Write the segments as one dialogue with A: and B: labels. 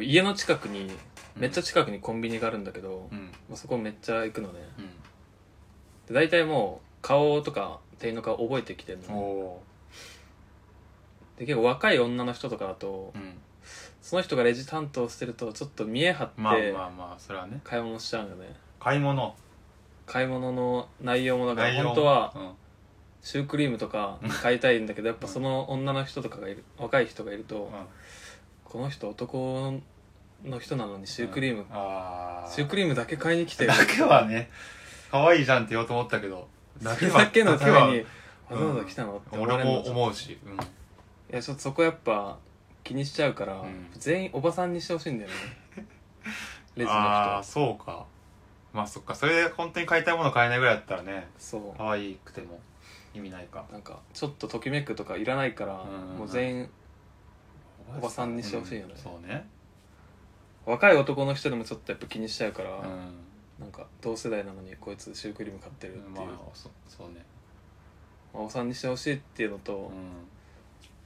A: 家の近くにめっちゃ近くにコンビニがあるんだけど、
B: うんうん
A: まあそこめっちゃ行くのねで大体もう顔とか店員の顔覚えてきてるの
B: うん
A: ね、
B: お
A: で結構若い女の人とかだと
B: ーうん
A: その人がレジ担当してるとちょっと見え張
B: まあ
A: って
B: まあまあそれはね
A: 買い物しちゃうよね
B: 買い物
A: 買い物の内容もだから
B: 内容
A: 本当は
B: うん
A: シュークリームとか買いたいんだけどやっぱその女の人とかがいる若い人がいるとこの人男の人なのにシュークリーム
B: あ
A: シューク
B: リ
A: リームだけ買いに来てる
B: だけはね可愛いじゃんって言おうと思ったけどだ
A: そ
B: け
A: れ
B: は
A: だけのために
B: う
A: わ
B: ん
A: ざわざ来たのって
B: 俺
A: れるの
B: も思うしうん
A: いやちょっとそこやっぱ気にしちゃうから、
B: うん
A: 全員おばさんにしてほしいんだよ ねレジの
B: ああ
A: 人
B: そうかまあそっかそれで本当に買いたいもの買えないぐらいだったらね
A: そ
B: 可愛くても意味ないか
A: うなんかちょっとときめくとかいらないから、
B: うん
A: もう全員おばさんにしてほしいよね
B: うんそうね
A: 若い男の人でもちょっとやっぱ気にしちゃうから、
B: うん
A: なんか同世代なのにこいつシュークリーム買ってるっていう、
B: まあ
A: ま
B: そそうね
A: あおばさんにしてほしいっていうのと、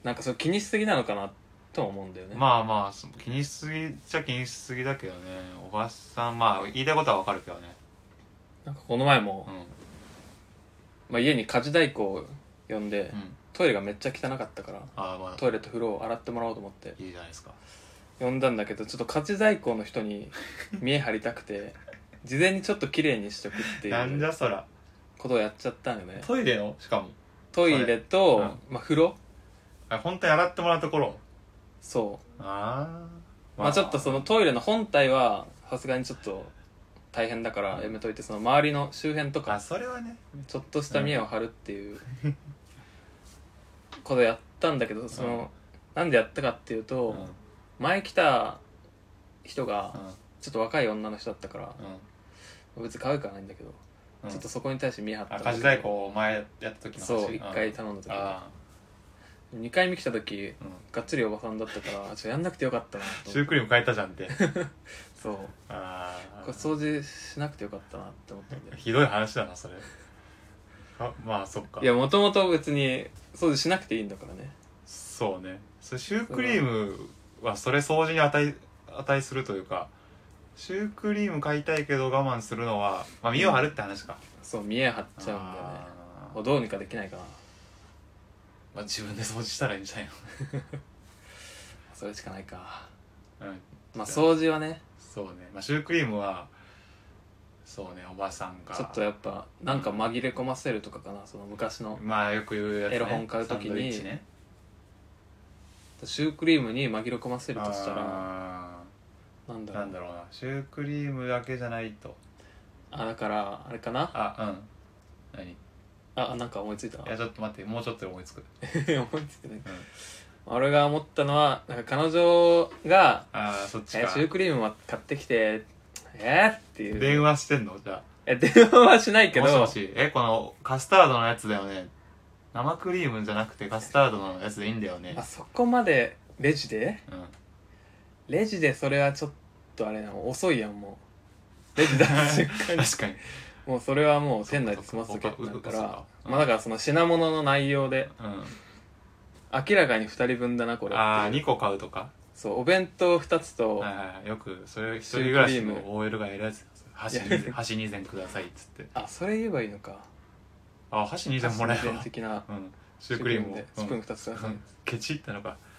B: う
A: なんかそれ気にしすぎなのかなとは思うんだよね、
B: んまあまあそ気にしすぎっちゃ気にしすぎだけどねおばさんまあ言いたいことはわかるけどね
A: なんかこの前も
B: う、ん
A: まあ、家に家事代行を呼んで、
B: うん
A: トイレがめっちゃ汚かったから
B: ああまあ
A: トイレと風呂を洗ってもらおうと思って
B: いいじゃないですか
A: 呼んだんだけどちょっと家事代行の人 に見え張りたくて事前にちょっと綺麗にしとくってい
B: なんじ
A: う
B: ゃそら
A: ことをやっちゃったんよね
B: トイレのしかも
A: トイレと、
B: うん
A: まあ、風呂
B: あ本当に洗ってもらうところ
A: そう
B: ああ
A: まあちょっとそのトイレの本体はさすがにちょっと大変だからやめといてその周りの周辺と
B: あ
A: か
B: それはね
A: ちょっとした見栄を張るっていう ことをやったんだけどその、なんでやったかっていう
B: う
A: と、
B: んうん
A: 前来た人がちょっと若い女の人だったから別に可愛くはないんだけど、
B: うん
A: ちょっとそこに対して見え張った
B: あ
A: ん
B: 家
A: だけど
B: 事代行を前やった時の話
A: そう1回
B: た
A: 頼んだ時
B: あ
A: 2回目来た時
B: あうん
A: がっつりおばさんだったからあちょやんなくてよかったなと
B: シュークリーム変えたじゃんって
A: そう
B: あ
A: これ
B: あ
A: 掃除しなくてよかったなって思ったんで
B: ひどい話だなそれあまあそっか
A: いやもともと別に掃除しなくていいんだからね
B: そうねそれシュークリームはそれ掃除に値値するというかシュークリーム買いたいけど我慢するのはまあ身を張るって話か、
A: そう見え張っ
B: あ
A: ちゃうんだよね
B: ー
A: もうどうにかできないかな
B: まあ、自分で掃除したらいいんじゃない
A: それしかないか
B: のうん
A: まあ掃除はね
B: そうね、まあ、シュークリームはそうねおばさんが
A: ちょっとやっぱなんか紛れ込ませるとかかなその昔の
B: まあよく言うやつ、ね、
A: エロ本買う時に
B: サンドイッチね
A: シュークリームに紛れ込ませるとしたら
B: あ
A: なんだ
B: ー
A: ろ
B: な
A: うん
B: だろうなシュークリームだけじゃないと
A: あだからあれかな
B: あうん何い
A: あなんか思いついた思
B: やちょっと待ってもうちょっとで思いつく、
A: いついてない
B: うん、
A: 俺が思ったのはなんか彼女が
B: ああそっ
A: 「
B: ち
A: え
B: か
A: ーシュークリームは買ってきてえー、っていう
B: 電話してんのじゃ
A: え電話はしない
B: あ
A: けど
B: もしもしえこのカスタードのやつだよね生クリームじゃなくてカスタードのやつでいいんだよね
A: あそこまでレジで
B: うん
A: レジでそれはちょっとあれな遅いやんもうレジ出す瞬間に
B: 確かに
A: もうそれはもう店内で済ますだけ
B: そっかそっ
A: だ
B: か
A: か
B: そっ
A: ら
B: かうん
A: まあだからその品物の内容で
B: う
A: 明らかに2人分だなこ
B: ん
A: れ
B: ああ
A: っていう
B: 2個買うとか
A: そうお弁当2つと、
B: はいはいはいよくそれ一人暮らし
A: シュークリー
B: の OL がやるやつ箸
A: い
B: 2
A: や
B: 箸2膳くださいっつって
A: あそれ言えばいいのか
B: あ箸2膳もらえ
A: 自然
B: ば
A: 的な
B: うんシュークリームを
A: シュークリームでスプーン
B: うん
A: 二つください
B: うんケチったのか